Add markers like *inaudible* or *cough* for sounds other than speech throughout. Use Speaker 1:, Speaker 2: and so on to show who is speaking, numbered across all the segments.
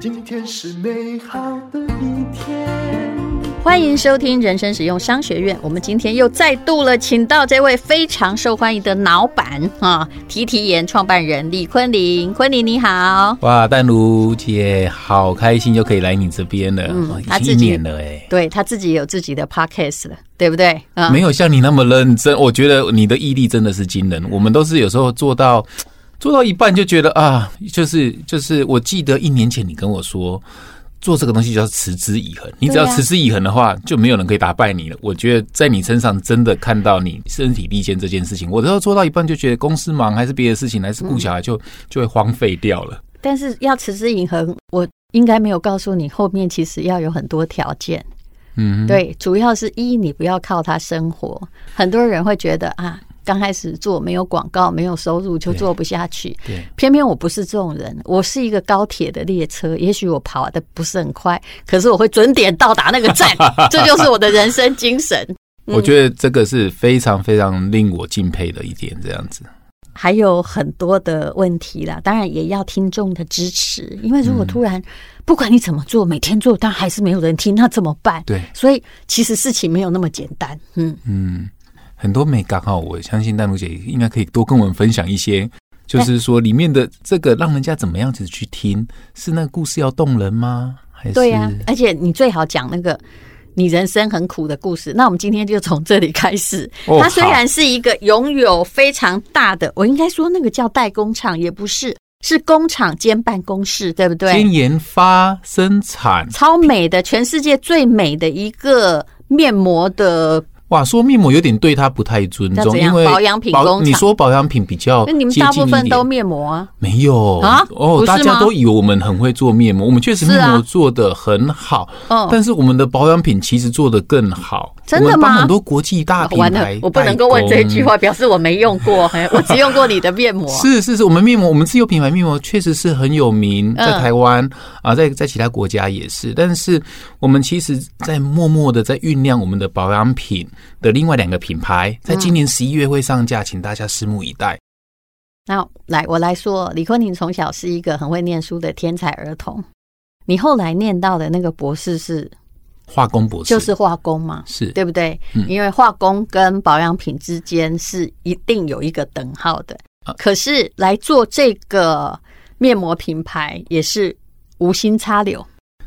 Speaker 1: 今天是美好的一天。
Speaker 2: 欢迎收听人生使用商学院。我们今天又再度了，请到这位非常受欢迎的老板啊，提提研创办人李坤林。坤林你好，
Speaker 3: 哇，淡如姐好开心，又可以来你这边了，
Speaker 2: 嗯
Speaker 3: 哦已
Speaker 2: 她
Speaker 3: 经
Speaker 2: 自
Speaker 3: 一
Speaker 2: 己
Speaker 3: 年了哎、
Speaker 2: 对他自己有自己的 podcast 了，对不对？啊
Speaker 3: 没有像你那么认真，我觉得你的毅力真的是惊人。我们都是有时候做到做到一半就觉得啊，就是就是，我记得一年前你跟我说。做这个东西就要持之以恒，你只要
Speaker 2: 对啊
Speaker 3: 持之以恒的话，就没有人可以打败你了。我觉得在你身上真的看到你身体力健这件事情，我都要做到一半就觉得公司忙还是别的事情，还
Speaker 2: 嗯
Speaker 3: 是顾小孩就就会荒废掉了。
Speaker 2: 但是要持之以恒，我应该没有告诉你，后面其实要有很多条件。
Speaker 3: 嗯，
Speaker 2: 对，主要是一，你不要靠它生活。很多人会觉得啊，刚开始做没有广告、没有收入就做不下去。
Speaker 3: 对，
Speaker 2: 偏偏我不是这种人，我是一个高铁的列车。也许我跑的不是很快，可是我会准点到达那个站，这就是我的人生精神。
Speaker 3: 我觉得这个是非常非常令我敬佩的一点，这样子。
Speaker 2: 还有很多的问题啦，当然也要听众的支持，因为如果突然、不管你怎么做，每天做，但还是没有人听，那怎么办？
Speaker 3: 对
Speaker 2: 所以其实事情没有那么简单。嗯，
Speaker 3: 嗯，很多美感哈，我相信淡如姐应该可以多跟我们分享一些，就是说里面的这个让人家怎么样子去听，是那个故事要动人吗？还是
Speaker 2: 对呀、而且你最好讲那个。你人生很苦的故事，那我们今天就从这里开始。
Speaker 3: 哦
Speaker 2: 它虽然是一个拥有非常大的，我应该说那个叫代工厂，也不是，是工厂兼办公室，对不对？
Speaker 3: 先研发生产，
Speaker 2: 超美的，全世界最美的一个面膜的
Speaker 3: 哇，说面膜有点对他不太尊
Speaker 2: 那
Speaker 3: 重，
Speaker 2: 怎样
Speaker 3: 因为
Speaker 2: 保养品工厂
Speaker 3: 你说保养品比较
Speaker 2: 那
Speaker 3: 哦接
Speaker 2: 你
Speaker 3: 近一
Speaker 2: 们
Speaker 3: 点，
Speaker 2: 大部分都面膜啊？
Speaker 3: 没有
Speaker 2: 啊不
Speaker 3: 哦
Speaker 2: 是，
Speaker 3: 大
Speaker 2: 吗
Speaker 3: 家都以为我们很会做面膜，我们确实
Speaker 2: 是啊
Speaker 3: 面膜做的很好，
Speaker 2: 嗯
Speaker 3: 但是我们的保养品其实做的更好。
Speaker 2: 真的吗
Speaker 3: 我们帮很多国际大品
Speaker 2: 完了
Speaker 3: 牌，，
Speaker 2: 我不能够问这一句。话，表示我没用过，嘿我只用过你的面膜。
Speaker 3: *laughs* 是是是，我们面膜，我们自有品牌面膜确实是很有名，
Speaker 2: 嗯
Speaker 3: 在台湾、啊，在在其他国家也是。但是我们其实，在默默的在酝酿我们的保养品的另外两个品牌，在今年十一月会上架，请大家拭目以待。
Speaker 2: 那来，我来说，李坤宁从小是一个很会念书的天才儿童。你后来念到的那个博士是
Speaker 3: 化工博士
Speaker 2: 就是化工嘛，
Speaker 3: 是
Speaker 2: 对不对？
Speaker 3: 嗯
Speaker 2: 因为化工跟保养品之间是一定有一个等号的
Speaker 3: 啊。
Speaker 2: 可是来做这个面膜品牌也是无心插柳，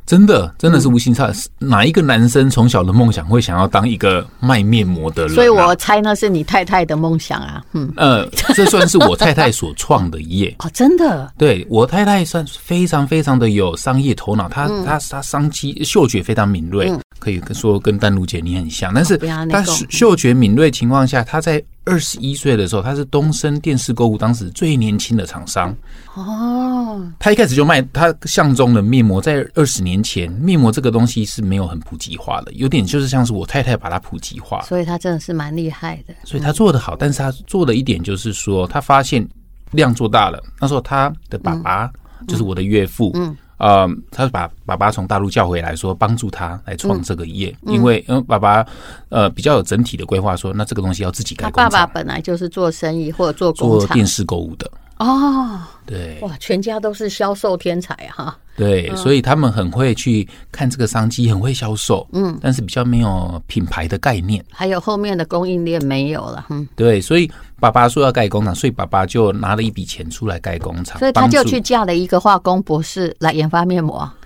Speaker 3: 真的，真
Speaker 2: 嗯
Speaker 3: 的是无心插。哪一个男生从小的梦想会想要当一个卖面膜的人啊、
Speaker 2: 所以我猜那是你太太的梦想啊。嗯，。
Speaker 3: 呃，这算是我太太所创的业 *laughs*
Speaker 2: 哦，真的，
Speaker 3: 对我太太算是非常非常的有商业头脑，她、
Speaker 2: 嗯
Speaker 3: 她她商机嗅觉非常敏锐，可以说跟丹如姐你很像。但是
Speaker 2: 哦不要那
Speaker 3: 她
Speaker 2: 种
Speaker 3: 嗅嗅觉敏锐情况下，她在二十一岁的时候，她是东森电视购物当时最年轻的厂商。
Speaker 2: 哦，
Speaker 3: 她一开始就卖她相中的面膜，在二十年前，面膜这个东西是没有很普及化的，有点就是像是我太太把它普及化了
Speaker 2: 所以他真的是蛮厉害的。
Speaker 3: 所以他做得好，但是他做的一点就是说，他发现量做大了。那时候他的爸
Speaker 2: 嗯
Speaker 3: 爸就是我的岳父，嗯，呃，他把爸爸从大陆叫回来说，帮助他来创这个业，
Speaker 2: 嗯
Speaker 3: 因为因为爸爸呃比较有整体的规划说那这个东西要自己
Speaker 2: 他
Speaker 3: 改工
Speaker 2: 爸
Speaker 3: 厂，
Speaker 2: 爸本来就是做生意或者做工
Speaker 3: 做
Speaker 2: 厂
Speaker 3: 电视购物的，
Speaker 2: 哦，
Speaker 3: 对
Speaker 2: 哇，全家都是销售天才啊哈、
Speaker 3: 对，所以他们很会去看这个商机，很会销售，嗯，但是比较没有品牌的概念。
Speaker 2: 还有后面的供应链没有了，嗯，
Speaker 3: 对，所以爸爸说要盖工厂，所以爸爸就拿了一笔钱出来盖工厂，
Speaker 2: 所以他就
Speaker 3: 帮助
Speaker 2: 去嫁了一个化工博士来研发面膜啊。 *laughs*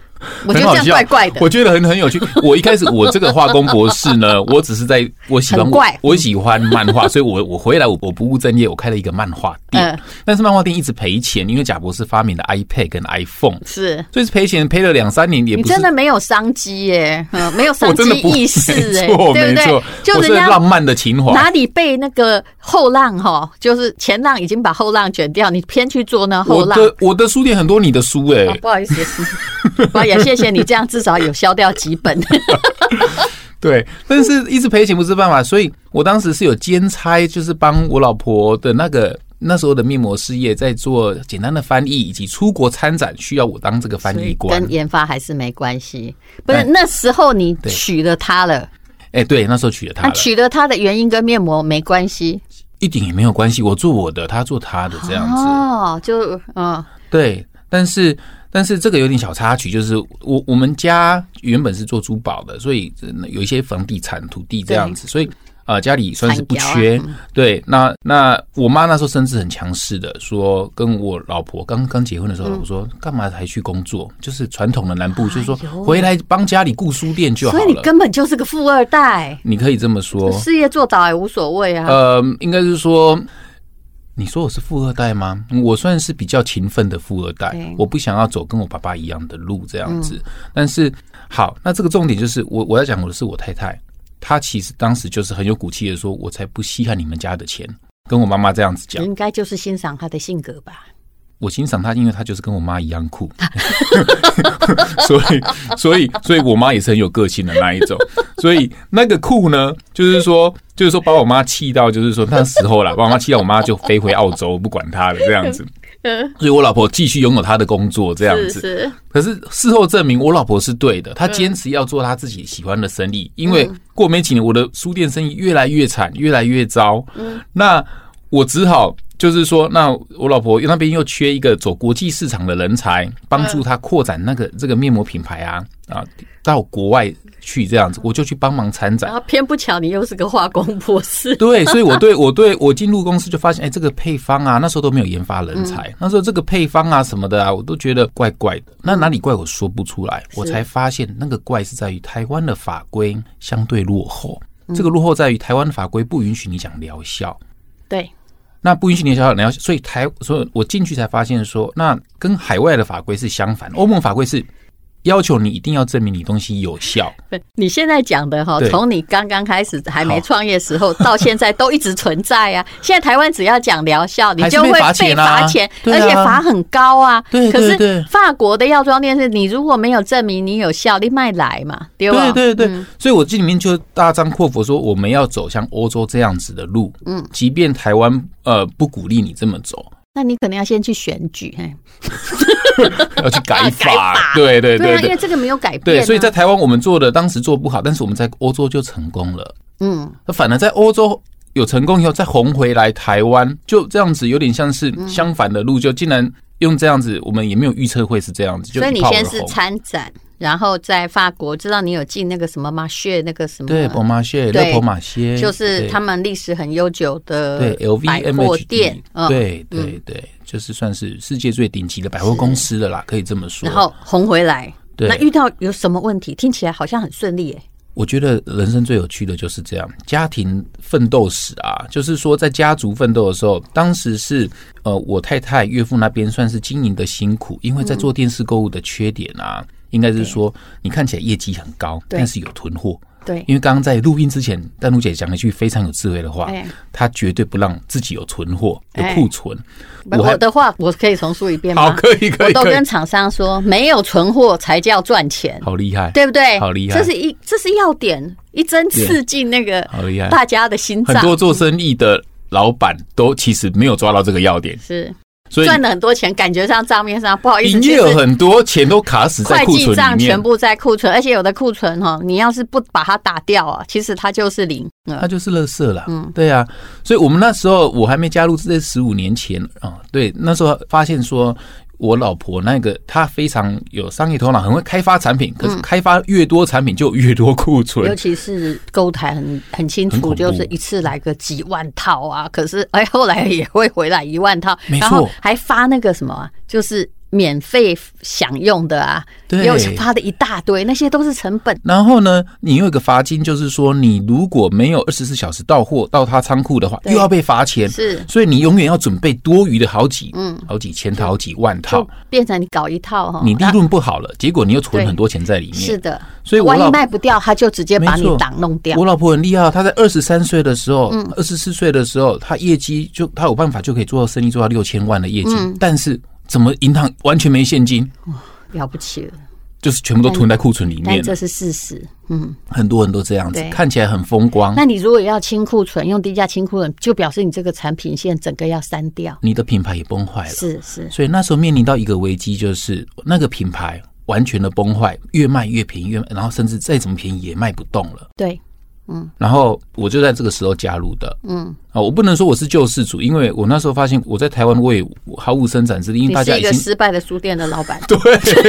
Speaker 2: 我觉
Speaker 3: 很
Speaker 2: 得
Speaker 3: 好
Speaker 2: 这
Speaker 3: 笑，
Speaker 2: 样怪怪的
Speaker 3: 我，觉得很很有趣。我一开始我这个化工博
Speaker 2: *laughs*
Speaker 3: 士呢，我只是在我喜欢
Speaker 2: 很怪
Speaker 3: 我喜欢漫
Speaker 2: *laughs*
Speaker 3: 画，所以我我回来我我不务正业，我开了一个漫画店，
Speaker 2: 嗯
Speaker 3: 但是漫画店一直赔钱，因为贾博士发明了 iPad 跟 iPhone，
Speaker 2: 是
Speaker 3: 所以是赔钱赔了两三年，也
Speaker 2: 你
Speaker 3: 不是
Speaker 2: 真的没有商机耶、嗯，没有商
Speaker 3: *laughs* 我
Speaker 2: 机
Speaker 3: 真的不
Speaker 2: 意识哎、
Speaker 3: *laughs* 没错
Speaker 2: 对不
Speaker 3: 没
Speaker 2: 对
Speaker 3: 错？，
Speaker 2: 就
Speaker 3: 我
Speaker 2: 人
Speaker 3: 是浪
Speaker 2: 家
Speaker 3: 漫的情怀。
Speaker 2: 哪里被那个后浪哈，就是前浪已经把后浪卷掉，你偏去做那后
Speaker 3: 我
Speaker 2: 浪。
Speaker 3: 的我的书店很多你的书哎、
Speaker 2: 哦不好意思， *laughs* 我也谢谢你，这样至少有消掉几
Speaker 3: *laughs*
Speaker 2: 本。
Speaker 3: *laughs* 对，但是一直赔钱不是办法，所以我当时是有兼差，就是帮我老婆的那个那时候的面膜事业在做简单的翻译，以及出国参展需要我当这个翻
Speaker 2: 所以
Speaker 3: 译官
Speaker 2: 跟。研发还是没关系，不是
Speaker 3: 哎
Speaker 2: 那时候你
Speaker 3: 对
Speaker 2: 娶了她了，
Speaker 3: 哎，对，那时候娶了她
Speaker 2: 那
Speaker 3: 了。
Speaker 2: 娶了她的原因跟面膜没关系，
Speaker 3: 一点也没有关系，我做我的，他做他的这样子。
Speaker 2: 哦，就嗯
Speaker 3: 对，但是但是这个有点小插曲，就是我我们家原本是做珠宝的，所以呃有一些房地产、土地这样子，所以啊、呃家里算是不缺。
Speaker 2: 产
Speaker 3: 对，那那我妈那时候甚至很强势的说，跟我老婆刚刚结婚的时候，我说干嘛还去工作？就是传统的南部，就是说
Speaker 2: 嗯哎呦
Speaker 3: 回来帮家里顾书店就好
Speaker 2: 所
Speaker 3: 了。
Speaker 2: 以你根本就是个富二代，
Speaker 3: 你可以这么说，
Speaker 2: 事业做早也无所谓啊。
Speaker 3: 呃，应该是说，你说我是富二代吗？我算是比较勤奋的富二代
Speaker 2: 对，嗯
Speaker 3: 我不想要走跟我爸爸一样的路这样子。但是好，那这个重点就是我我要讲我的是我太太，她其实当时就是很有骨气的说，我才不稀罕你们家的钱。跟我妈妈这样子讲
Speaker 2: 你，应该就是欣赏他的性格吧？
Speaker 3: 我欣赏她，因为她就是跟我妈一样酷， *laughs* 所以，所以，所以我妈也是很有个性的那一种。所以那个酷呢，就是说，就是说把我妈气到，就是说那时候啦，把我妈气到，我妈就飞回澳洲，不管她了这样子。所以我老婆继续拥有她的工作这样
Speaker 2: 是
Speaker 3: 子。
Speaker 2: 是，
Speaker 3: 可是事后证明，我老婆是对的，她坚持要做她自己喜欢的生意，因为过没几年，我的书店生意越来越惨，越来越糟。那我只好就是说，那我老婆那边又缺一个走国际市场的人才，帮助她扩展那个这个面膜品牌啊啊到国外去这样子，我就去帮忙参展
Speaker 2: 然。后偏不巧你又是个化工博士，
Speaker 3: 对，所以我对我对我进入公司就发现，哎，这个配方啊，那时候都没有研发人才，那时候这个配方啊什么的啊，我都觉得怪怪的。那哪里怪我说不出来，我才发现那个怪是在于台湾的法规相对落后。这个落后在于台湾的法规不允许你讲疗效，
Speaker 2: 对，
Speaker 3: 那不允许你讲疗效，所以台，所以我进去才发现说，那跟海外的法规是相反，欧盟法规是要求你一定要证明你东西有效，
Speaker 2: 对 *laughs* 你现在讲的哈，
Speaker 3: 对
Speaker 2: 从你刚刚开始还没创业时
Speaker 3: *laughs*
Speaker 2: 候到现在都一直存在啊。现在台湾只要讲疗效，你
Speaker 3: 还是
Speaker 2: 就会
Speaker 3: 被罚
Speaker 2: 被
Speaker 3: 钱啊
Speaker 2: 罚钱，
Speaker 3: 对
Speaker 2: 而
Speaker 3: 啊
Speaker 2: 且罚很高啊。
Speaker 3: 对对
Speaker 2: 可是
Speaker 3: 对
Speaker 2: 法国的药妆店是你如果没有证明你有效，你卖来嘛，对吧？嗯
Speaker 3: 对对对，所以我这里面就大张阔佛说，我们要走向欧洲这样子的路。嗯，即便台湾呃不鼓励你这么
Speaker 2: *laughs*
Speaker 3: 走，
Speaker 2: 那你可能要先去选举，嘿
Speaker 3: 要去改
Speaker 2: 改法
Speaker 3: 法。对
Speaker 2: 对
Speaker 3: 对对
Speaker 2: 啊，因为
Speaker 3: 对
Speaker 2: 这个没有改变、啊。
Speaker 3: 对，所以在台湾我们做的当时做不好，但是我们在欧洲就成功了。
Speaker 2: 嗯，
Speaker 3: 那反而在欧洲有成功以后，再红回来台湾，就这样子有点像
Speaker 2: 嗯
Speaker 3: 是相反的路，就竟然用这样子，我们也没有预测会是这样子，就
Speaker 2: 所以
Speaker 3: 一
Speaker 2: 你
Speaker 3: 炮而
Speaker 2: 先是
Speaker 3: 红。
Speaker 2: 参展，然后在法国知道你有进那个什么马血那个什么，
Speaker 3: 对，博马谢、
Speaker 2: 对
Speaker 3: 勒博马谢，
Speaker 2: 就是
Speaker 3: 对
Speaker 2: 他们历史很悠久的
Speaker 3: 对
Speaker 2: 呃百货店
Speaker 3: LVMH，，
Speaker 2: 嗯，
Speaker 3: 对对对，就是算是世界最顶级的百货公司了啦，可以这么
Speaker 2: 嗯
Speaker 3: 说。
Speaker 2: 然后红回来。
Speaker 3: 对
Speaker 2: 那遇到有什么问题？听起来好像很顺利耶。
Speaker 3: 我觉得人生最有趣的就是这样，家庭奋斗史啊，就是说在家族奋斗的时候，当时是呃我太太岳父那边算是经营的辛苦，因为在做电视购物的缺点啊，应该是说你看起来业绩很高，
Speaker 2: 嗯对
Speaker 3: 但是有囤货。
Speaker 2: 对，
Speaker 3: 因为刚刚在录音之前，丹如姐讲了一句非常有智慧的话
Speaker 2: 哎，
Speaker 3: 她绝对不让自己有存货、有
Speaker 2: 哎
Speaker 3: 库存。我还
Speaker 2: 我的话我可以重述一遍
Speaker 3: 好，
Speaker 2: 吗？
Speaker 3: 可以可
Speaker 2: 我
Speaker 3: 以
Speaker 2: 都
Speaker 3: 可以
Speaker 2: 跟，厂商说，没有存货才叫赚钱，
Speaker 3: 好厉害。
Speaker 2: 对不对？
Speaker 3: 好厉害
Speaker 2: 这是一这是要点，一针刺进那个
Speaker 3: 好厉害
Speaker 2: 大家的心
Speaker 3: 很
Speaker 2: 脏。
Speaker 3: 多做生意的老板都其实没有抓到这个要点，
Speaker 2: 是
Speaker 3: 所以
Speaker 2: 赚了很多钱，感觉上账面上不好意思，
Speaker 3: 营
Speaker 2: 其
Speaker 3: 业额
Speaker 2: 实
Speaker 3: 很多钱都卡死在
Speaker 2: 会
Speaker 3: 库
Speaker 2: 计
Speaker 3: 存
Speaker 2: 账
Speaker 3: 里
Speaker 2: 全
Speaker 3: 面，
Speaker 2: 部在库存，而且有的库存哈，你要是不把它打掉啊，其实它就是零。嗯
Speaker 3: 它就是垃圾啦。嗯，对啊，所以我们那时候我还没加入，这十五年前啊，对，那时候发现说。我老婆那个，她非常有商业头脑，很会开发产品。可
Speaker 2: 嗯
Speaker 3: 是开发越多产品，就有越多库存。
Speaker 2: 尤其是购台很很清
Speaker 3: 很恐
Speaker 2: 楚，
Speaker 3: 怖
Speaker 2: 就是一次来个几万套啊，可是哎后来也会回来一万套，
Speaker 3: 没错
Speaker 2: 然后还发那个什么、啊，就是免费享用的啊，
Speaker 3: 对
Speaker 2: 又发的一大堆，那些都是成本。
Speaker 3: 然后呢，你有一个罚金，就是说你如果没有二十四小时到货到他仓库的话，
Speaker 2: 对
Speaker 3: 又要被罚钱。
Speaker 2: 是
Speaker 3: 所以你永远要准备多余的好几、嗯、好几千套、好几万套
Speaker 2: 就。变成你搞一套哈，
Speaker 3: 你利
Speaker 2: 那
Speaker 3: 润不好了，结果你又存
Speaker 2: 对
Speaker 3: 很多钱在里面。
Speaker 2: 是的，
Speaker 3: 所以我
Speaker 2: 万一
Speaker 3: 老
Speaker 2: 卖不掉，他就直接把
Speaker 3: 没
Speaker 2: 你
Speaker 3: 错
Speaker 2: 档弄掉
Speaker 3: 我。老婆很厉害，她在二十三岁的时候，
Speaker 2: 嗯
Speaker 3: 二十四岁的时候，她业绩就她有办法就可以做到生意做到六千万的业绩，
Speaker 2: 嗯
Speaker 3: 但是怎么银行完全没现金，
Speaker 2: 了不起了，
Speaker 3: 就是全部都囤在库存里面
Speaker 2: 哎但
Speaker 3: 了，
Speaker 2: 这是事实。嗯，
Speaker 3: 很多人都这样子
Speaker 2: 对，
Speaker 3: 看起来很风光。
Speaker 2: 那你如果要清库存，用低价清库存，就表示你这个产品线整个要删掉。
Speaker 3: 你的品牌也崩坏了，
Speaker 2: 是是，
Speaker 3: 所以那时候面临到一个危机，就是那个品牌完全的崩坏，越卖越便宜，越然后甚至再怎么便宜也卖不动了。
Speaker 2: 对，
Speaker 3: 嗯，然后我就在这个时候加入的，嗯，啊，我不能说我是救世主，因为我那时候发现我在台湾我也毫无生产之力，因为
Speaker 2: 你
Speaker 3: 大家
Speaker 2: 是一
Speaker 3: 已
Speaker 2: 个
Speaker 3: 经
Speaker 2: 失败的书店的老板。
Speaker 3: *laughs* 对，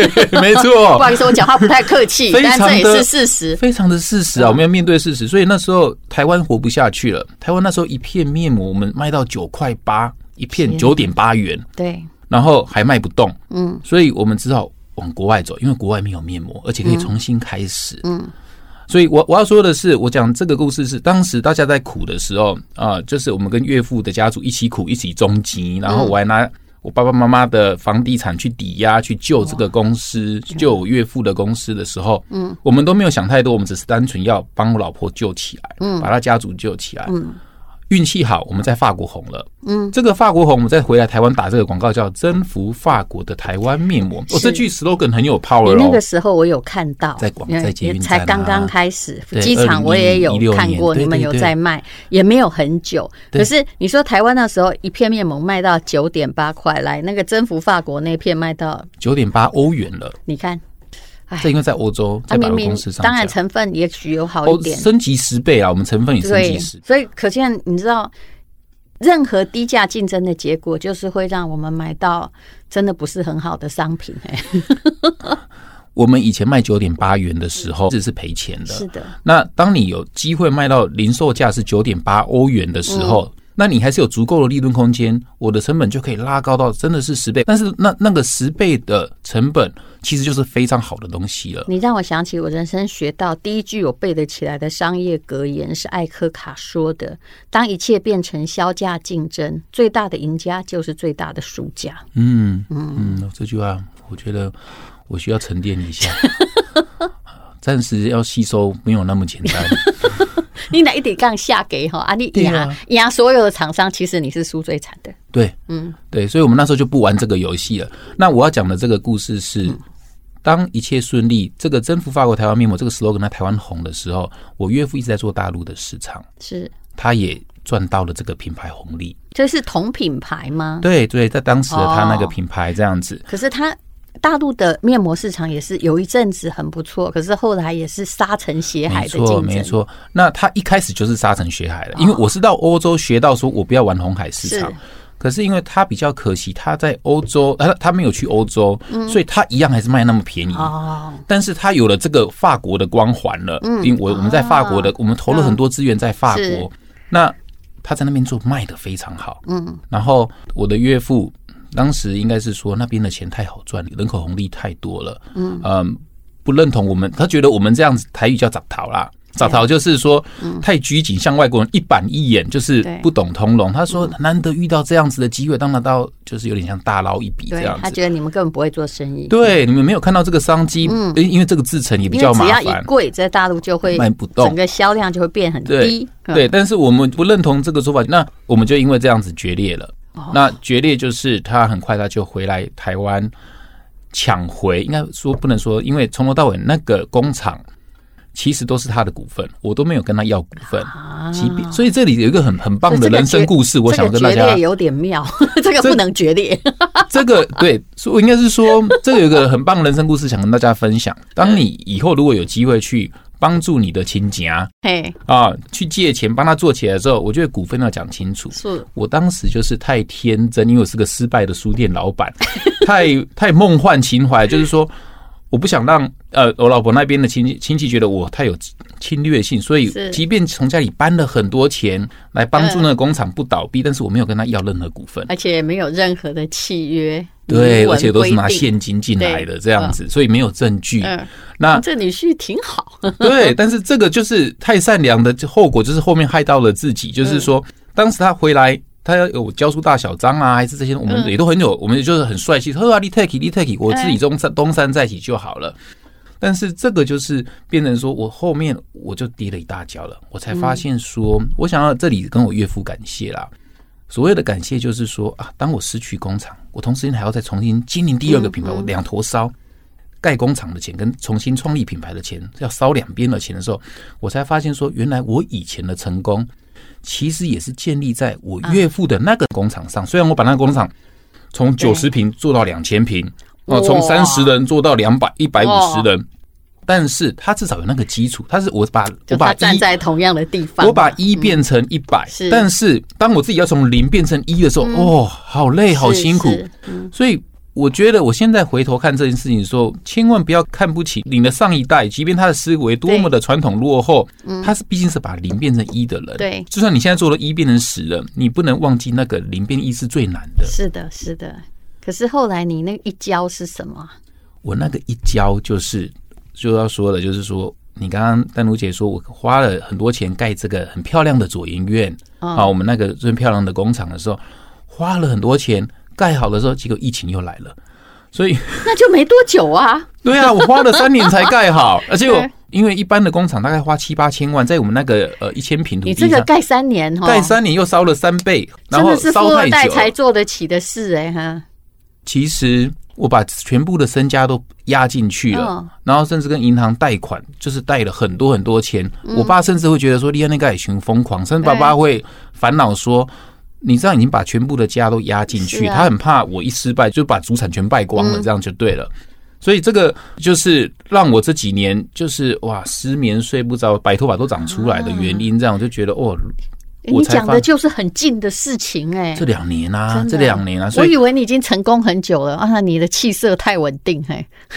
Speaker 3: *laughs* 没
Speaker 2: *laughs* 不
Speaker 3: 错
Speaker 2: 好，意思，我讲话不太客气，
Speaker 3: *laughs* 非
Speaker 2: 但
Speaker 3: 常
Speaker 2: 这也是
Speaker 3: 的
Speaker 2: 事实。
Speaker 3: 非常的事实啊，我们要面对事实，所以那时候台湾活不下去了，台湾那时候一片面膜我们卖到九块八，一片九点八元，
Speaker 2: 对，
Speaker 3: 然后还卖不动，
Speaker 2: 嗯，
Speaker 3: 所以我们只好往国外走，因为国外没有面膜，而且可以重新开始，嗯。所以我我要说的是，我讲这个故事是当时大家在苦的时候啊、就是我们跟岳父的家族一起苦，一起终极，然后我还拿我爸爸妈妈的房地产去抵押，去救这个公司，救我岳父的公司的时候，嗯，我们都没有想太多，我们只是单纯要帮我老婆救起来，嗯，把她家族救起来，嗯，运气好，我们在法国红了。嗯，这个法国红，我们再回来台湾打这个广告叫“征服法国的台湾面膜”。哦，
Speaker 2: 是
Speaker 3: 这句 slogan 很有
Speaker 2: 你
Speaker 3: power
Speaker 2: 那
Speaker 3: 哦
Speaker 2: 个。时候我有看到，
Speaker 3: 在广
Speaker 2: 因为
Speaker 3: 在捷运
Speaker 2: 才
Speaker 3: 站啊
Speaker 2: 刚刚开始，
Speaker 3: 对
Speaker 2: 机场我也有
Speaker 3: 2016
Speaker 2: 看过，
Speaker 3: 年对
Speaker 2: 你们
Speaker 3: 对
Speaker 2: 有
Speaker 3: 对
Speaker 2: 在卖，也没有很久。
Speaker 3: 对
Speaker 2: 可是你说台湾那时候一片面膜卖到九点八块，来那个征服法国那片卖到，
Speaker 3: 九点八欧元了，
Speaker 2: 你看，
Speaker 3: 这因为在欧洲，
Speaker 2: 它
Speaker 3: 在百
Speaker 2: 啊明
Speaker 3: 货
Speaker 2: 明
Speaker 3: 公司上
Speaker 2: 当然
Speaker 3: 架
Speaker 2: 成分也许有好一
Speaker 3: 哦，
Speaker 2: 点，
Speaker 3: 升级十倍啊！我们成分也升级
Speaker 2: 对，
Speaker 3: 十倍。
Speaker 2: 所以可见你知道，任何低价竞争的结果就是会让我们买到真的不是很好的商品、哎，
Speaker 3: 我们以前卖九点八元的时候，这是赔钱的。
Speaker 2: 是的，
Speaker 3: 那当你有机会卖到零售价是九点八欧元的时候，
Speaker 2: 嗯
Speaker 3: 那你还是有足够的利润空间，我的成本就可以拉高到真的是十倍。但是那那个十倍的成本其实就是非常好的东西了。
Speaker 2: 你让我想起我人生学到第一句我背得起来的商业格言是艾科卡说的：“当一切变成销价竞争，最大的赢家就是最大的输家。 *laughs*
Speaker 3: 嗯嗯，这句话我觉得我需要沉淀
Speaker 2: *laughs*
Speaker 3: 一下，暂时要吸收没有那么简单。
Speaker 2: 你哪一点杠下给哈啊？你
Speaker 3: 对
Speaker 2: 压
Speaker 3: 啊
Speaker 2: 压、所有的厂商，其实你是输最惨的。
Speaker 3: 对，嗯，对，所以我们那时候就不玩这个游戏了。那我要讲的这个故事是，当一切顺利，这个征服法国台湾面膜这个 slogan 在台湾红的时候，我岳父一直在做大陆的市场，
Speaker 2: 是，
Speaker 3: 他也赚到了这个品牌红利。
Speaker 2: 这是同品牌吗？
Speaker 3: 对对，在当时的他那个
Speaker 2: 哦
Speaker 3: 品牌这样子，
Speaker 2: 可是它大陆的面膜市场也是有一阵子很不错，可是后来也是沙尘血海
Speaker 3: 没
Speaker 2: 的竞
Speaker 3: 错
Speaker 2: 争。哦
Speaker 3: 没错。那他一开始就是沙尘血海了，因为我是到欧洲学到说我不要玩红海市场
Speaker 2: 是。
Speaker 3: 可是因为他比较可惜，他在欧洲，他他没有去欧洲，所以他一样还是卖那么便宜。
Speaker 2: 嗯哦，
Speaker 3: 但是他有了这个法国的光环了，嗯，因为我我们在法国的，我们投了很多资源在法国，
Speaker 2: 啊嗯是
Speaker 3: 那他在那边做卖的非常好，嗯，然后我的岳父当时应该是说那边的钱太好赚，人口红利太多了，嗯不认同我们，他觉得我们这样子台语叫杂逃啦。杂逃就是说
Speaker 2: 嗯
Speaker 3: 太拘谨，像外国人一板一眼，就是
Speaker 2: 对
Speaker 3: 不懂通融。他说难得遇到这样子的机会，当然到就是有点像大捞一笔这
Speaker 2: 对
Speaker 3: 样，
Speaker 2: 他
Speaker 3: 子。
Speaker 2: 觉得你们根本不会做生意，
Speaker 3: 对，你们没有看到这个商机，因因为这个制成也
Speaker 2: 嗯
Speaker 3: 比
Speaker 2: 因
Speaker 3: 较
Speaker 2: 为
Speaker 3: 麻
Speaker 2: 只要
Speaker 3: 烦
Speaker 2: 一，贵，在大陆就会
Speaker 3: 卖不动
Speaker 2: 整个销量就会变很低嗯
Speaker 3: 对。对。但是我们不认同这个说法，那我们就因为这样子决裂了。
Speaker 2: 哦
Speaker 3: 那决裂就是他很快他就回来台湾抢回，应该说不能说，因为从头到尾那个工厂其实都是他的股份，我都没有跟他要股份。
Speaker 2: 啊
Speaker 3: 即便所以这里有一个很很棒
Speaker 2: 所
Speaker 3: 的
Speaker 2: 以这个
Speaker 3: 人生
Speaker 2: 决
Speaker 3: 故事，我想
Speaker 2: 这
Speaker 3: 跟
Speaker 2: 个
Speaker 3: 大
Speaker 2: 决
Speaker 3: 家
Speaker 2: 裂有点妙， *laughs* 这个不能决
Speaker 3: *laughs*
Speaker 2: 裂。
Speaker 3: 这个对，所以我应该是说，这个有一个很棒的人生故事想跟大家分享。当你以后如果有机会去帮助你的亲戚啊，
Speaker 2: 嘿，
Speaker 3: 啊，去借钱帮他做起来的时候，我觉得股份要讲清楚。
Speaker 2: 是
Speaker 3: 我当时就是太天真，因为我是个失败的书店老
Speaker 2: *laughs*
Speaker 3: 板，太太梦幻情怀，就是说我不想让呃我老婆那边的亲戚亲戚觉得我太有侵略性，所以
Speaker 2: 是
Speaker 3: 即便从家里搬了很多钱来帮助那个工厂不倒
Speaker 2: 嗯
Speaker 3: 闭，但是我没有跟他要任何股份。
Speaker 2: 而且没有任何的契约，
Speaker 3: 对，
Speaker 2: 明文
Speaker 3: 而且都是拿
Speaker 2: 规定。
Speaker 3: 现金进来
Speaker 2: 对
Speaker 3: 的这样子，所以没有证据。
Speaker 2: 嗯，
Speaker 3: 那
Speaker 2: 这女婿挺好。
Speaker 3: 对，但是这个就是太善良的后果，就是后面害到了自己。就是说，当时他回来，他要有交出大小章啊，还是这些，我们也都很有，我们就是很帅气，他说啊，你 take it，你 take，it，我自己东山东山再起就好了。但是这个就是变成说，我后面我就跌了一大跤了，我才发现说，我想要这里跟我岳父感谢啦。所谓的感谢就是说啊，当我失去工厂，我同时间还要再重新经营第二个品牌，我两头烧，盖工厂的钱跟重新创立品牌的钱，要烧两边的钱的时候，我才发现说，原来我以前的成功，其实也是建立在我岳父的那个工厂上。虽然我把那个工厂从九十平做到两千平，哦，从
Speaker 2: 哇
Speaker 3: 三十人做到两百一百五十人，但是他至少有那个基础，他是我把我
Speaker 2: 就
Speaker 3: 把
Speaker 2: 他
Speaker 3: 一
Speaker 2: 站在同样的地方嘛，
Speaker 3: 我把一变成一百、
Speaker 2: 嗯是嗯
Speaker 3: 但是当我自己要从零变成一的时候，哦，好累，好辛苦。
Speaker 2: 是嗯
Speaker 3: 所以我觉得我现在回头看这件事情的时候，千万不要看不起你的上一代，即便他的思维多么的传统落后，他是毕竟是把零变成一的
Speaker 2: 嗯
Speaker 3: 人。
Speaker 2: 对
Speaker 3: 就算你现在做了一变成十了，你不能忘记那个零变一是最难的。
Speaker 2: 是的，是的。可是后来你那一教是什么啊？
Speaker 3: 我那个一教就是就要说的，就是说你刚刚丹如姐说我花了很多钱盖这个很漂亮的左营院、
Speaker 2: 嗯
Speaker 3: 啊，我们那个最漂亮的工厂的时候，花了很多钱盖好的时候，结果疫情又来了，
Speaker 2: *laughs*
Speaker 3: 所以
Speaker 2: 那就没多久啊。
Speaker 3: 对啊，我花了三年才盖
Speaker 2: *laughs*
Speaker 3: 好，而且我
Speaker 2: 对
Speaker 3: 因为一般的工厂大概花七八千万，在我们那个呃一千平土
Speaker 2: 你
Speaker 3: 地
Speaker 2: 这
Speaker 3: 上
Speaker 2: 个盖三年哈，
Speaker 3: 盖三年又烧了三倍，然
Speaker 2: 真
Speaker 3: 后
Speaker 2: 的是富
Speaker 3: 烧
Speaker 2: 二代
Speaker 3: 太久了
Speaker 2: 才做得起的事哎、哈。
Speaker 3: 其实我把全部的身家都压进去了，
Speaker 2: 嗯
Speaker 3: 然后甚至跟银行贷款，就是贷了很多很多钱。
Speaker 2: 嗯
Speaker 3: 我爸甚至会觉得说，利安那个也群疯狂，甚至爸爸会烦恼说。你这样已经把全部的家都压进去，
Speaker 2: 是啊嗯
Speaker 3: 他很怕我一失败就把主产全败光了，这样就对了。所以这个就是让我这几年就是哇失眠睡不着，白头发都长出来的原
Speaker 2: 啊
Speaker 3: 因。这样我就觉得哦，
Speaker 2: 诶
Speaker 3: 我
Speaker 2: 你
Speaker 3: 才
Speaker 2: 讲
Speaker 3: 发
Speaker 2: 的就是很近的事情哎、
Speaker 3: 这两年啊
Speaker 2: 真，的
Speaker 3: 这两年啊，所
Speaker 2: 我
Speaker 3: 以
Speaker 2: 以为你已经成功很久了啊，你的气色太稳定哎嘿、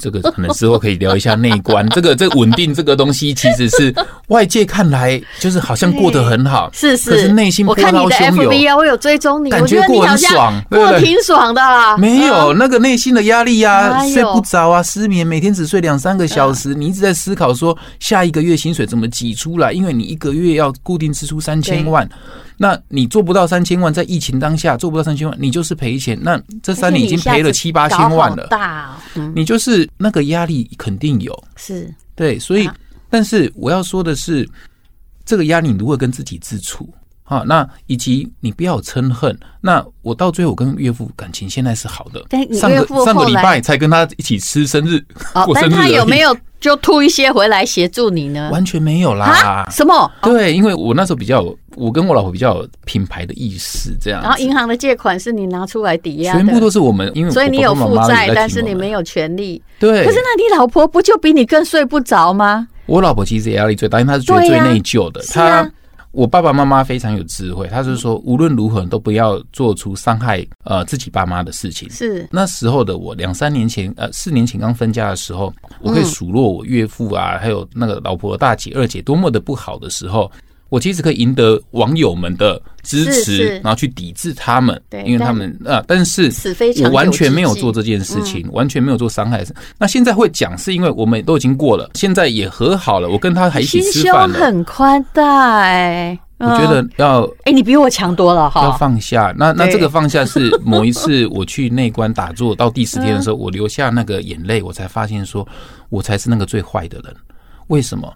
Speaker 3: 这个可能之后可以聊一下内观，这个这个稳定这个东西，其实是外界看来就是好像过得很好，
Speaker 2: *laughs* 是是，
Speaker 3: 可是内心
Speaker 2: 我
Speaker 3: 波
Speaker 2: 看你
Speaker 3: 涛
Speaker 2: 的
Speaker 3: 汹
Speaker 2: FB
Speaker 3: 涌。
Speaker 2: 啊，我有追踪你，
Speaker 3: 感
Speaker 2: 我
Speaker 3: 觉
Speaker 2: 觉得你
Speaker 3: 过
Speaker 2: 好
Speaker 3: 很
Speaker 2: 像
Speaker 3: 爽对不
Speaker 2: 过
Speaker 3: 对
Speaker 2: 挺爽的啊，
Speaker 3: 没有
Speaker 2: 嗯
Speaker 3: 那个内心的压力
Speaker 2: 哎
Speaker 3: 啊，
Speaker 2: 呦啊
Speaker 3: 睡不着啊，失眠，每天只睡两三个小时，你一直在思考说下一个月薪水怎么挤出来，因为你一个月要固定支出三千万，那你做不到三千万，在疫情当下做不到三千万，你就是赔钱。那这三年已经赔了七八千万
Speaker 2: 搞好
Speaker 3: 了，
Speaker 2: 大、哦，嗯，
Speaker 3: 你就是那个压力肯定有。
Speaker 2: 是
Speaker 3: 对，所以，
Speaker 2: 啊
Speaker 3: 但是我要说的是，这个压力你如何跟自己自处啊？那以及你不要有嗔恨。那我到最后我跟岳父感情现在是好的
Speaker 2: 但你，
Speaker 3: 上
Speaker 2: 岳父
Speaker 3: 个上个
Speaker 2: 后
Speaker 3: 礼
Speaker 2: 来
Speaker 3: 拜才跟他一起吃生日，
Speaker 2: 哦，
Speaker 3: *laughs* 过生
Speaker 2: 但
Speaker 3: 日
Speaker 2: 他
Speaker 3: 而已
Speaker 2: 有没有就吐一些回来协助你呢？
Speaker 3: 完全没有啦
Speaker 2: 啊？。什么？
Speaker 3: 对，因为我那时候比较有，我跟我老婆比较有品牌的意识，这样子。
Speaker 2: 然后银行的借款是你拿出来抵押的，
Speaker 3: 全部都是我们，因为
Speaker 2: 所以
Speaker 3: 嗯我
Speaker 2: 你
Speaker 3: 爸
Speaker 2: 有
Speaker 3: 爸妈
Speaker 2: 负
Speaker 3: 妈
Speaker 2: 债
Speaker 3: 也在，
Speaker 2: 但
Speaker 3: 挺
Speaker 2: 是
Speaker 3: 我
Speaker 2: 你
Speaker 3: 们
Speaker 2: 没有权利。
Speaker 3: 对。
Speaker 2: 可是那你老婆不就比你更睡不着吗？
Speaker 3: 我老婆其实压力最大，因为她是觉得
Speaker 2: 对
Speaker 3: 最
Speaker 2: 呀
Speaker 3: 内疚的。
Speaker 2: 是啊
Speaker 3: 她，我爸爸妈妈非常有智慧，她是说无论如何都不要做出伤害呃自己爸妈的事情。
Speaker 2: 是
Speaker 3: 那时候的我，两三年前，呃，四年前刚分家的时候，我可
Speaker 2: 嗯
Speaker 3: 以数落我岳父啊，还有那个老婆大姐、二姐多么的不好的时候，我其实可以赢得网友们的支
Speaker 2: 是
Speaker 3: 持，
Speaker 2: 是
Speaker 3: 然后去抵制他们，
Speaker 2: 对
Speaker 3: 因为他
Speaker 2: 但
Speaker 3: 们啊、但是
Speaker 2: 此非常
Speaker 3: 我完
Speaker 2: 久之
Speaker 3: 全没有
Speaker 2: 计
Speaker 3: 做这件事
Speaker 2: 嗯
Speaker 3: 情，完全没有做伤害的事。那现在会讲，是因为我们都已经过了，现在也和好了，我跟他还一起
Speaker 2: 心
Speaker 3: 吃
Speaker 2: 胸
Speaker 3: 饭了。
Speaker 2: 很宽大哎、
Speaker 3: 我觉
Speaker 2: 嗯，
Speaker 3: 得要
Speaker 2: 哎、你比我强多了
Speaker 3: 要
Speaker 2: 哈。
Speaker 3: 放下。那那
Speaker 2: 对
Speaker 3: 这个放下是某一次我去内观打坐到第十天
Speaker 2: 嗯
Speaker 3: 的时候，我流下那个眼泪，我才发现说，我才是那个最坏的人。为什么？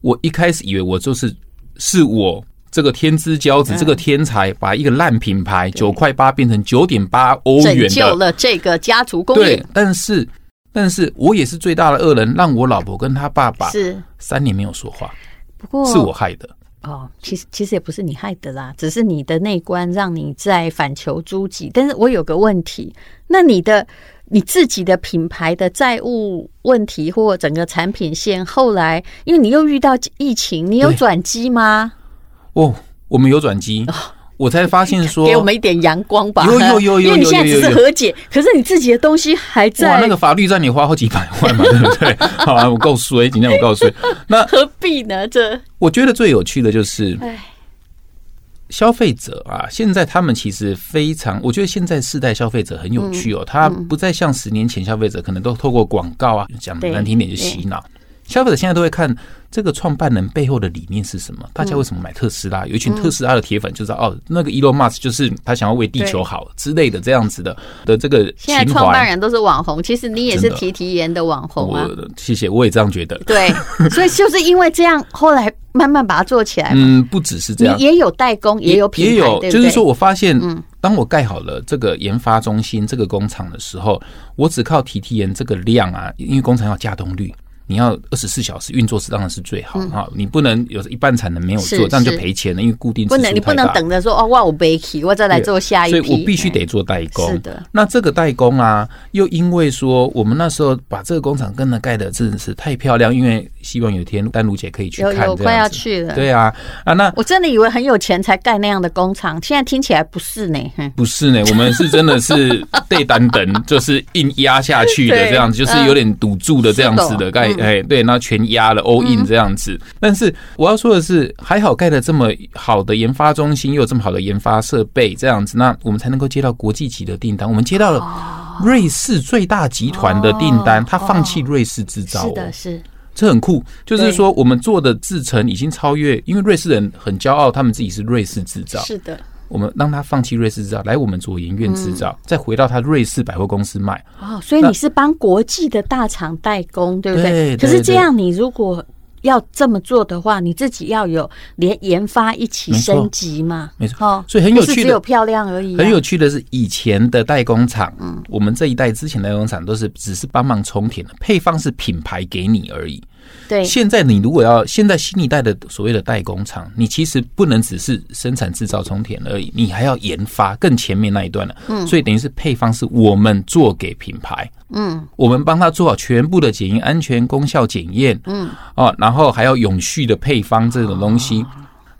Speaker 3: 我一开始以为我就是是我这个天之骄子，
Speaker 2: 嗯
Speaker 3: 这个天才，把一个烂品牌九块八变成九点八欧
Speaker 2: 拯
Speaker 3: 元
Speaker 2: 救
Speaker 3: 的，
Speaker 2: 了这个家族工
Speaker 3: 对
Speaker 2: 业，，
Speaker 3: 但是。但是我也是最大的恶人，让我老婆跟她爸爸
Speaker 2: 是
Speaker 3: 三年没有说话，
Speaker 2: 不过
Speaker 3: 是我害的。
Speaker 2: 哦，其实其实也不是你害的啦，只是你的内观让你在反求诸己。但是我有个问题，那你的你自己的品牌的债务问题或整个产品线，后来因为你又遇到疫情，你有
Speaker 3: 对
Speaker 2: 转机吗？
Speaker 3: 哦，我们有转机，我才发现说，
Speaker 2: 哦给我们一点阳光吧。
Speaker 3: 有有有有
Speaker 2: 因为你现在只
Speaker 3: 有有
Speaker 2: 是
Speaker 3: 有
Speaker 2: 和解，可是你自己的东西还
Speaker 3: 哇，
Speaker 2: 在，
Speaker 3: 那个法律战你花好几百万嘛，对
Speaker 2: *laughs*
Speaker 3: 不对？好啊，我够衰，今天我够衰。那
Speaker 2: 何必呢？这
Speaker 3: 我觉得最有趣的就是
Speaker 2: 唉，
Speaker 3: 消费者啊，现在他们其实非常，我觉得现在世代消费者很有
Speaker 2: 嗯
Speaker 3: 趣哦，他不再像十年前消费者可能都透过广告啊，讲
Speaker 2: 对
Speaker 3: 难听点就洗脑。消费者现在都会看这个创办人背后的理念是什
Speaker 2: 嗯
Speaker 3: 么，大家为什么买特斯拉？有一群特斯拉的铁粉就知道哦，那个 Elon Musk 就是他想要为地球好之类的这样子的的这个情
Speaker 2: 现在创办
Speaker 3: 怀。
Speaker 2: 人都是网红，其实你也是
Speaker 3: 真的
Speaker 2: 提提研的网红啊
Speaker 3: 我。谢谢，我也这样觉得。
Speaker 2: 对，所以就是因为这样，后来慢慢把它做起来嘛。
Speaker 3: 嗯，不只是这
Speaker 2: 你
Speaker 3: 样，
Speaker 2: 也有代工，也有品牌，
Speaker 3: 也有
Speaker 2: 对不对嗯
Speaker 3: 就是说，我发现，当我盖好了这个研发中心、这个工厂的时候，我只靠提提研这个量啊，因为工厂要加动率。你要二十四小时运作是当然是最好哈、你不能有一半产能没有
Speaker 2: 嗯是
Speaker 3: 做，这样就是赔钱了，因为固定
Speaker 2: 不
Speaker 3: 支
Speaker 2: 能
Speaker 3: 出
Speaker 2: 你不
Speaker 3: 太
Speaker 2: 能
Speaker 3: 大
Speaker 2: 等着说哦，哇，我 b a k y 我再来做下一批，嗯
Speaker 3: 所以我必须得做代工。
Speaker 2: 是的，
Speaker 3: 那这个代工啊，又因为说我们那时候把这个工厂跟着盖的真的是太漂亮，因为希望有一天丹如姐可以去
Speaker 2: 有
Speaker 3: 看这样
Speaker 2: 有
Speaker 3: 子。
Speaker 2: 快要去了。
Speaker 3: 对啊，啊那。
Speaker 2: 我真的以为很有钱才盖那样的工厂，现在听起来不是呢。哼
Speaker 3: 不是
Speaker 2: *laughs*
Speaker 3: 呢，我们是真的是对单等，就是硬压下去的
Speaker 2: 对嗯
Speaker 3: 这样子，就是有点赌注的这样子
Speaker 2: 是的嗯
Speaker 3: 的盖，哎，对，那全压了 all in 这样子。但是我要说的是，还好盖了这么好的研发中心，又有这么好的研发设备，这样子，那我们才能够接到国际级的订单。我们接到了
Speaker 2: 哦
Speaker 3: 瑞士最大集团的订单，他放弃瑞士制造
Speaker 2: 是
Speaker 3: 哦
Speaker 2: 的，，是
Speaker 3: 这很酷。就是
Speaker 2: 对
Speaker 3: 说，我们做的制程已经超越，因为瑞士人很骄傲，他们自己是瑞士制造。
Speaker 2: 是的，
Speaker 3: 我们让他放弃瑞士制造，来我们左研院制造，再回到他瑞士百货公司卖。
Speaker 2: 哦，所以
Speaker 3: 那
Speaker 2: 你是帮国际的大厂代工，对不
Speaker 3: 对对
Speaker 2: 可是这样，你如果要这么做的话，你自己要有连研发一起
Speaker 3: 没错
Speaker 2: 升级嘛，
Speaker 3: 没错
Speaker 2: 哦，
Speaker 3: 所以很有
Speaker 2: 不是
Speaker 3: 趣的
Speaker 2: 只有漂亮而已啊、
Speaker 3: 很有趣的是，以前的代工厂，我们这一代之前的代工厂都是只是帮忙充填的，配方是品牌给你而已。
Speaker 2: 对，
Speaker 3: 现在你如果要现在新一代的所谓的代工厂，你其实不能只是生产制造充填而已，你还要研发更前面那一段了。嗯，所以等于是配方是我们做给品牌，
Speaker 2: 嗯，
Speaker 3: 我们帮他做好全部的检验、安全、功效检验，嗯，哦，然后还要永续的配方这种东西，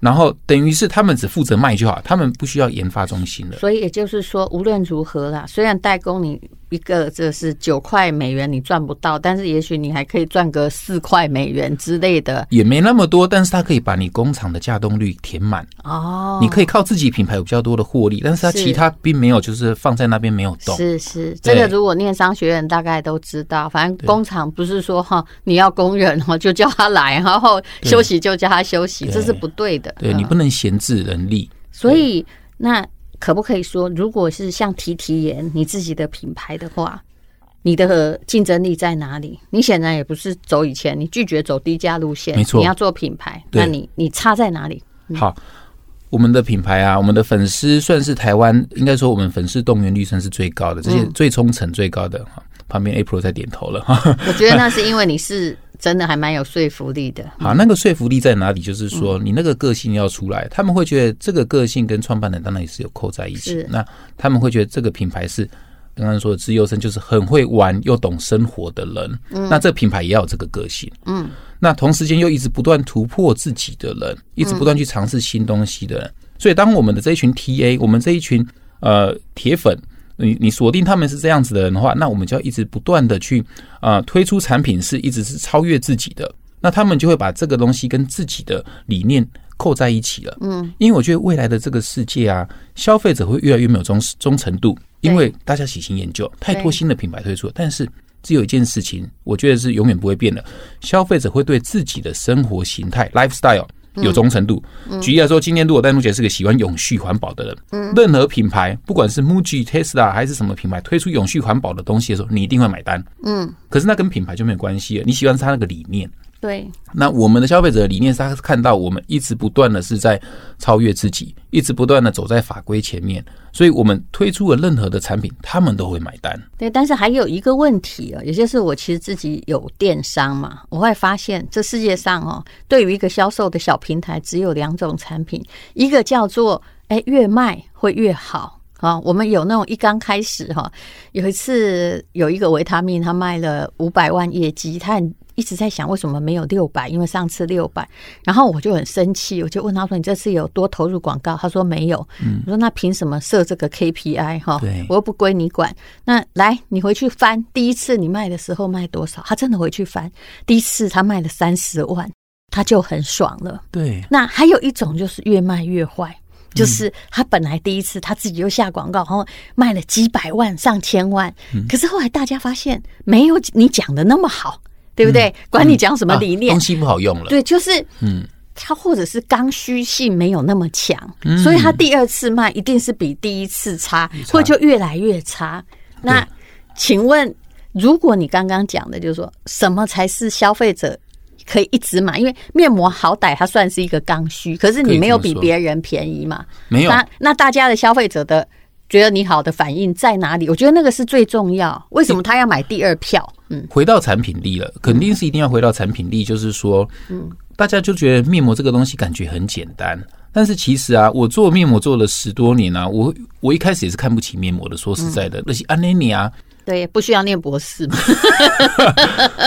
Speaker 3: 然后等于是他们只负责卖就好，他们不需要研发中心了。
Speaker 2: 所以也就是说，无论如何啦，虽然代工你一个这是九块美元你赚不到，但是也许你还可以赚个四块美元之类的
Speaker 3: 也没那么多，但是它可以把你工厂的架动率填满，
Speaker 2: 哦。
Speaker 3: 你可以靠自己品牌有比较多的获利，但是它
Speaker 2: 是
Speaker 3: 其他并没有，就是放在那边没有动。
Speaker 2: 是是，这
Speaker 3: 对
Speaker 2: 个如果念商学院大概都知道，反正工厂不是说哈你要工人哦就叫他来，然后休息就叫他休息，
Speaker 3: 对
Speaker 2: 这是不对的。
Speaker 3: 对
Speaker 2: 嗯
Speaker 3: 你不能闲置人力，
Speaker 2: 所以那可不可以说，如果是像提提研你自己的品牌的话，你的竞争力在哪里？你显然也不是走以前，你拒绝走低价路线，
Speaker 3: 没错
Speaker 2: 你要做品牌，
Speaker 3: 对
Speaker 2: 那你你差在哪里？
Speaker 3: 好，我们的品牌啊，我们的粉丝算是台湾，应该说我们粉丝动员率算是最高的，
Speaker 2: 嗯
Speaker 3: 这些最忠诚最高的。哈旁边 April 在点头了哈。 *laughs*
Speaker 2: 我觉得那是因为你是真的还蛮有说服力的。
Speaker 3: 好，那个说服力在哪里？就是说，
Speaker 2: 嗯
Speaker 3: 你那个个性要出来，他们会觉得这个个性跟创办人当然也是有扣在一起
Speaker 2: 是。
Speaker 3: 那他们会觉得这个品牌是刚刚说的自由生，就是很会玩又懂生活的人。
Speaker 2: 嗯
Speaker 3: 那这品牌也要有这个个性。嗯，那同时间又一直不断突破自己的人，一直不断去尝试新东西的人。所以，当我们的这一群 TA，我们这一群呃铁粉。你你锁定他们是这样子的人的话，那我们就要一直不断的去啊、呃推出产品是一直是超越自己的，那他们就会把这个东西跟自己的理念扣在一起了。嗯，因为我觉得未来的这个世界啊，消费者会越来越没有忠忠诚度，
Speaker 2: 对
Speaker 3: 因为大家喜新厌旧，太多
Speaker 2: 对
Speaker 3: 新的品牌推出了，但是。只有一件事情，我觉得是永远不会变的，消费者会对自己的生活形态 （lifestyle） 有忠诚度。举例来说，今天如果戴茹姐是个喜欢永续环保的人，任何品牌，不管是 MUJI、Tesla 还是什么品牌，推出永续环保的东西的时候，你一定会买单。嗯，可是那跟品牌就没有关系了，你喜欢它那个理念。
Speaker 2: 对，
Speaker 3: 那我们的消费者的理念是，他看到我们一直不断的是在超越自己，一直不断的走在法规前面，所以我们推出了任何的产品，他们都会买单。
Speaker 2: 对，但是还有一个问题啊，也就是我其实自己有电商嘛，我会发现这世界上哦，对于一个销售的小平台，只有两种产品，一个叫做哎越卖会越好。啊，我们有那种一刚开始哈、有一次有一个维他命，他卖了五百万业绩，他很一直在想为什么没有六百，因为上次六百，然后我就很生气，我就问他说：“你这次有多投入广告？”他说：“没有。我说：“那凭什么设这个 KPI 哈？
Speaker 3: 对
Speaker 2: 我又不归你管。那来，你回去翻第一次你卖的时候卖多少？他真的回去翻，第一次他卖了三十万，他就很爽了。
Speaker 3: 对，
Speaker 2: 那还有一种就是越卖越坏，就是他本来第一次他自己又下广告，然后卖了几百万、上千万，可是后来大家发现没有你讲的那么好，对不对？管你讲什么理
Speaker 3: 啊
Speaker 2: 念
Speaker 3: 东，西不好用了。
Speaker 2: 对，就是
Speaker 3: 嗯，
Speaker 2: 它或者是刚需性没有那么强，
Speaker 3: 嗯
Speaker 2: 所以它第二次卖一定是比第一次差，或者就越来越差。那请问，如果你刚刚讲的，就是说什么才是消费者？可以一直买，因为面膜好歹它算是一个刚需，可是
Speaker 3: 可
Speaker 2: 你
Speaker 3: 以这
Speaker 2: 没有
Speaker 3: 么
Speaker 2: 比
Speaker 3: 说
Speaker 2: 别人便宜嘛。
Speaker 3: 没有
Speaker 2: 那那大家的消费者的觉得你好的反应在哪里？我觉得那个是最重要。为什么他要买第二票？
Speaker 3: 嗯，回到产品力了，肯定是一定要回到产品力，就是说，嗯，大家就觉得面膜这个东西感觉很简单，但是其实啊，我做面膜做了十多年啊，我我一开始也是看不起面膜的，说实在
Speaker 2: 嗯
Speaker 3: 的，那些安妮妮啊，
Speaker 2: 对，不需要念博士
Speaker 3: *laughs*
Speaker 2: 嘛，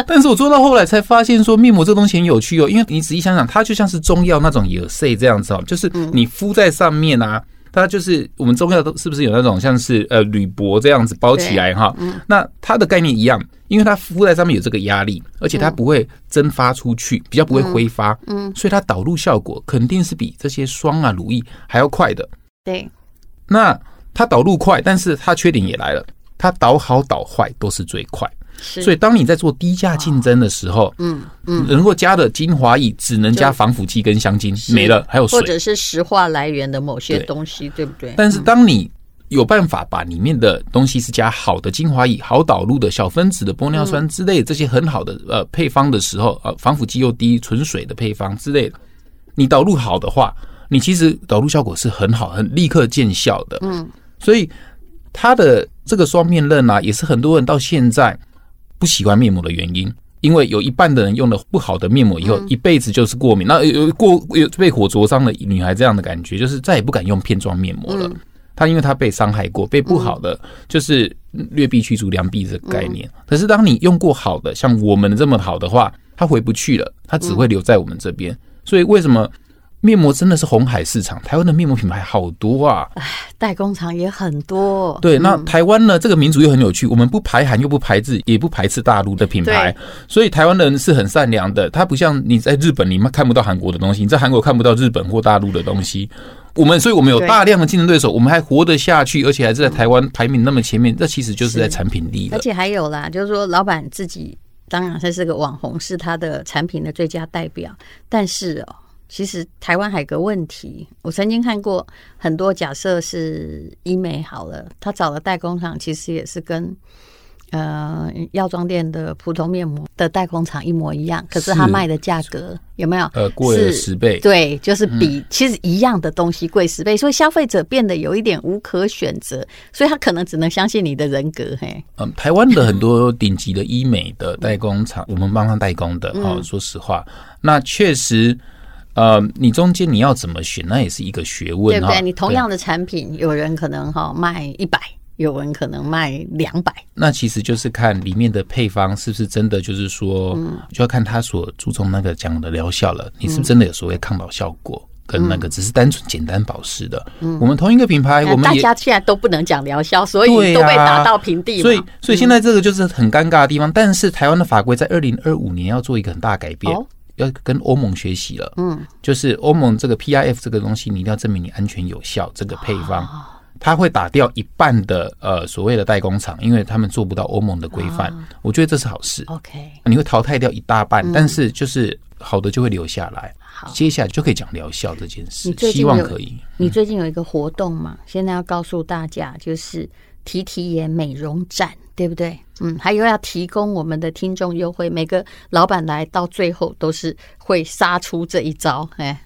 Speaker 3: 但是我做到后来才发现，说面膜这个东西很有趣哦，因为你仔细想想，它就像是中药那种有塞这样子哦，就是你敷在上面啊，它就是我们中药都是不是有那种像是呃铝箔这样子包起来哈？那它的概念一样，因为它敷在上面有这个压力，而且它不会蒸发出去，比较不会挥发，嗯，所以它导入效果肯定是比这些霜啊乳液还要快的。
Speaker 2: 对，
Speaker 3: 那它导入快，但是它缺点也来了，它导好导坏都是最快。
Speaker 2: 是，
Speaker 3: 所以当你在做低价竞争的时候，
Speaker 2: 嗯
Speaker 3: 能够加的精华液只能加防腐剂跟香精，没了还有
Speaker 2: 或
Speaker 3: 水。
Speaker 2: 者是嗯石化来源的某些
Speaker 3: 对
Speaker 2: 东西，对不对？
Speaker 3: 但是当你有办法把里面的东西是加好的精华液、好导入的小分子的玻尿酸之类的这些很好的呃配方的时候，呃防腐剂又低、纯水的配方之类的，你导入好的话，你其实导入效果是很好、很立刻见效的。嗯，所以它的这个双面刃啊，也是很多人到现在不喜欢面膜的原因。因为有一半的人用了不好的面膜以后，一辈子就是过敏，那有有过有被火灼伤的女孩这样的感觉，就是再也不敢用片状面膜了。她因为她被伤害过，被不好的，就是劣币驱逐良币的概念。可是当你用过好的，像我们这么好的话，它回不去了，它只会留在我们这边。所以为什么面膜真的是红海市场？台湾的面膜品牌好多啊，
Speaker 2: 代工厂也很多，
Speaker 3: 对，那台湾呢？这个民族又很有趣，我们不排韩，又不排日，也不排斥大陆的品牌，所以台湾人是很善良的。他不像你在日本，你们看不到韩国的东西；你在韩国看不到日本或大陆的东西。我们，所以我们有
Speaker 2: 对
Speaker 3: 大量的竞争对手，我们还活得下去，而且还是在台湾排名那么前面，这其实就是在
Speaker 2: 是
Speaker 3: 产品力
Speaker 2: 而
Speaker 3: 了。
Speaker 2: 且还有啦，就是说老板自己，当然他是个网红，是他的产品的最佳代表。但是哦，其实台湾还有个问题，我曾经看过很多，假设是医美好了，他找了代工厂，其实也是跟。呃，药妆店的普通面膜的代工厂一模一样，可是他
Speaker 3: 是
Speaker 2: 卖的价格有没有？
Speaker 3: 呃，过了
Speaker 2: 是
Speaker 3: 十倍，嗯
Speaker 2: 对，就是比、其实一样的东西贵十倍，所以消费者变得有一点无可选择，所以他可能只能相信你的人格。嘿，
Speaker 3: 嗯，台湾的很多顶级的医美的代工厂，我们帮他代工
Speaker 2: 嗯
Speaker 3: 的哦。说实话，那确实，呃，你中间你要怎么选，那也是一个学问
Speaker 2: 对
Speaker 3: 啊
Speaker 2: 不
Speaker 3: 哈
Speaker 2: 对？你同样的产品，有人可能哈、卖一百，有人可能卖两百，
Speaker 3: 那其实就是看里面的配方是不是真的，就是说，
Speaker 2: 嗯
Speaker 3: 就要看它所注重那个讲的疗效了。你是不是真的有所谓抗老效果，跟那
Speaker 2: 嗯
Speaker 3: 个只是单纯简单保湿的？我们同一个品牌，哎我们
Speaker 2: 哎大
Speaker 3: 也
Speaker 2: 家现在都不能讲疗效，所以
Speaker 3: 对
Speaker 2: 都被
Speaker 3: 啊
Speaker 2: 打到平地嘛。嗯
Speaker 3: 所以，所以现在这个就是很尴尬的地方。但是台湾的法规在二零二五年要做一个很大改变
Speaker 2: 哦，
Speaker 3: 要跟欧盟学习了。嗯，就是欧盟这个 PIF 这个东西，你一定要证明你安全有效，这个配方。
Speaker 2: 啊
Speaker 3: 它会打掉一半的呃所谓的代工厂，因为他们做不到欧盟的规范，
Speaker 2: 啊
Speaker 3: 我觉得这是好事。
Speaker 2: OK，
Speaker 3: 你会淘汰掉一大半，但是就是好的就会留下来。
Speaker 2: 嗯好
Speaker 3: 接下来就可以讲疗效这件事
Speaker 2: 你，最近
Speaker 3: 希望
Speaker 2: 有
Speaker 3: 可以。
Speaker 2: 你最近有一个活动嘛？现在要告诉大家，就是提提眼美容展，对不对？嗯，还有要提供我们的听众优惠，每个老板来到最后都是会杀出这一招，哎，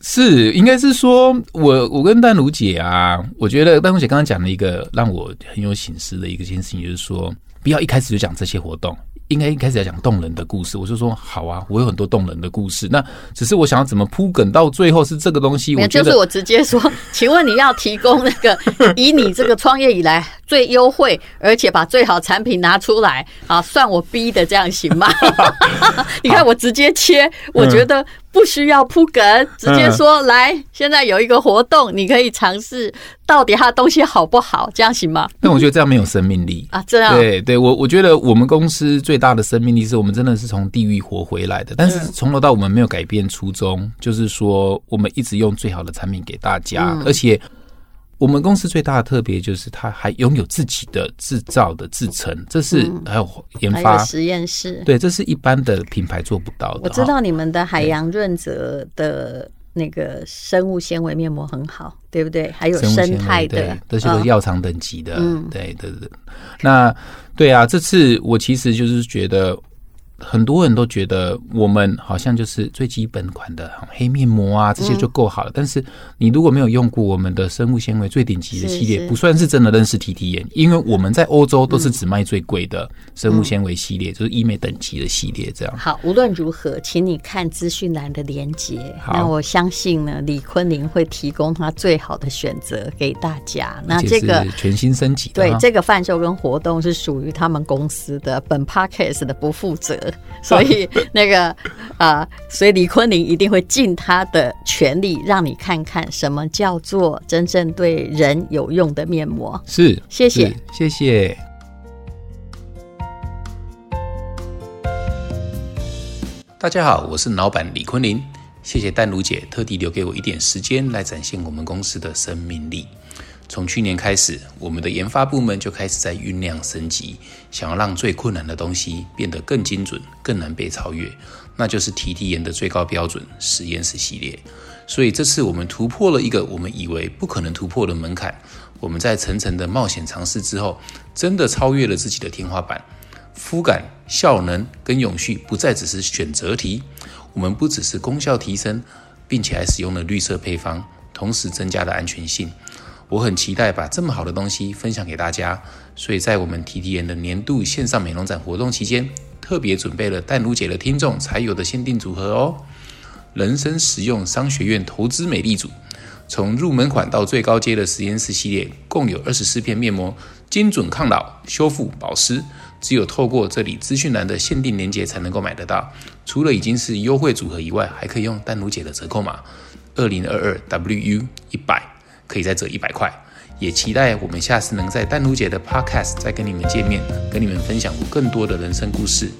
Speaker 3: 是，应该是说我我跟丹如姐啊，我觉得丹如姐刚刚讲了一个让我很有醒思的一个件事情，就是说不要一开始就讲这些活动，应该一开始要讲动人的故事。我就说好啊，我有很多动人的故事，那只是我想要怎么铺梗到最后是这个东西，
Speaker 2: 没
Speaker 3: 我
Speaker 2: 有，
Speaker 3: 觉
Speaker 2: 就
Speaker 3: 得
Speaker 2: 是我直接
Speaker 3: *laughs*
Speaker 2: 说，请问你要提供那个以你这个创业以来最优惠，而且把最好产品拿出来啊，算我逼的，这样行
Speaker 3: *laughs*
Speaker 2: 吗？ *laughs* 你看我直接切，我觉得不需要铺梗，
Speaker 3: 嗯
Speaker 2: 直接说来，现在有一个活动，你可以尝试到底它的东西好不好，这样行吗？
Speaker 3: 但我觉得这样没有生命力。
Speaker 2: 啊，这样
Speaker 3: 对对，我我觉得我们公司最大的生命力是我们真的是从地狱活回来的，但
Speaker 2: 嗯
Speaker 3: 是从头到尾我们没有改变初衷，就是说我们一直用最好的产品给大家，
Speaker 2: 嗯
Speaker 3: 而且我们公司最大的特别就是它还拥有自己的制造的制成，这是还有研
Speaker 2: 嗯还有
Speaker 3: 发，
Speaker 2: 实验室，
Speaker 3: 对，这是一般的品牌做不到的。
Speaker 2: 我知
Speaker 3: 哈
Speaker 2: 道你们的海洋润泽的那个生物纤维面膜很好，对不对？还有
Speaker 3: 生物纤
Speaker 2: 生
Speaker 3: 维
Speaker 2: 态的
Speaker 3: 对，这些都
Speaker 2: 嗯
Speaker 3: 是药厂等级的，对对对。那对啊，这次我其实就是觉得，很多人都觉得我们好像就是最基本款的黑面膜啊，这
Speaker 2: 嗯
Speaker 3: 些就够好了。但是你如果没有用过我们的生物纤维最顶级的系
Speaker 2: 是
Speaker 3: 列，
Speaker 2: 是嗯
Speaker 3: 不算是真的认识体体验，因为我们在欧洲都是只卖最贵的生物纤维系列，就是医美等级的系列这样。
Speaker 2: 好，无论如何，请你看资讯栏的连接。
Speaker 3: 好
Speaker 2: 那我相信呢，李昆林会提供他最好的选择给大家。那
Speaker 3: 而且
Speaker 2: 这个
Speaker 3: 是全新升级的
Speaker 2: 对
Speaker 3: 啊，
Speaker 2: 这个贩售跟活动是属于他们公司的，本 podcast 的不负责，所以那个啊、呃所以李坤林一定会尽他的全力，让你看看什么叫做真正对人有用的面膜。
Speaker 3: 是
Speaker 2: 谢谢
Speaker 3: 是谢谢。大家好，我是老板李坤林，谢谢淡如姐特地留给我一点时间来展现我们公司的生命力。从去年开始，我们的研发部门就开始在酝酿升级，想要让最困难的东西变得更精准、更难被超越，那就是提提研的最高标准——实验室系列。所以这次我们突破了一个我们以为不可能突破的门槛，我们在层层的冒险尝试之后，真的超越了自己的天花板。肤感、效能跟永续不再只是选择题，我们不只是功效提升，并且还使用了绿色配方，同时增加了安全性。我很期待把这么好的东西分享给大家，所以在我们 TTN 的年度线上美容展活动期间，特别准备了淡如姐的听众才有的限定组合哦。人生实用商学院投资美丽组，从入门款到最高阶的实验室系列，共有二十四片面膜，精准抗老、修复、保湿，只有透过这里资讯栏的限定链接才能够买得到。除了已经是优惠组合以外，还可以用丹如姐的折扣码二零二二 WU 一百，可以再折一百块。也期待我们下次能在丹如姐的 Podcast 再跟你们见面，跟你们分享我更多的人生故事。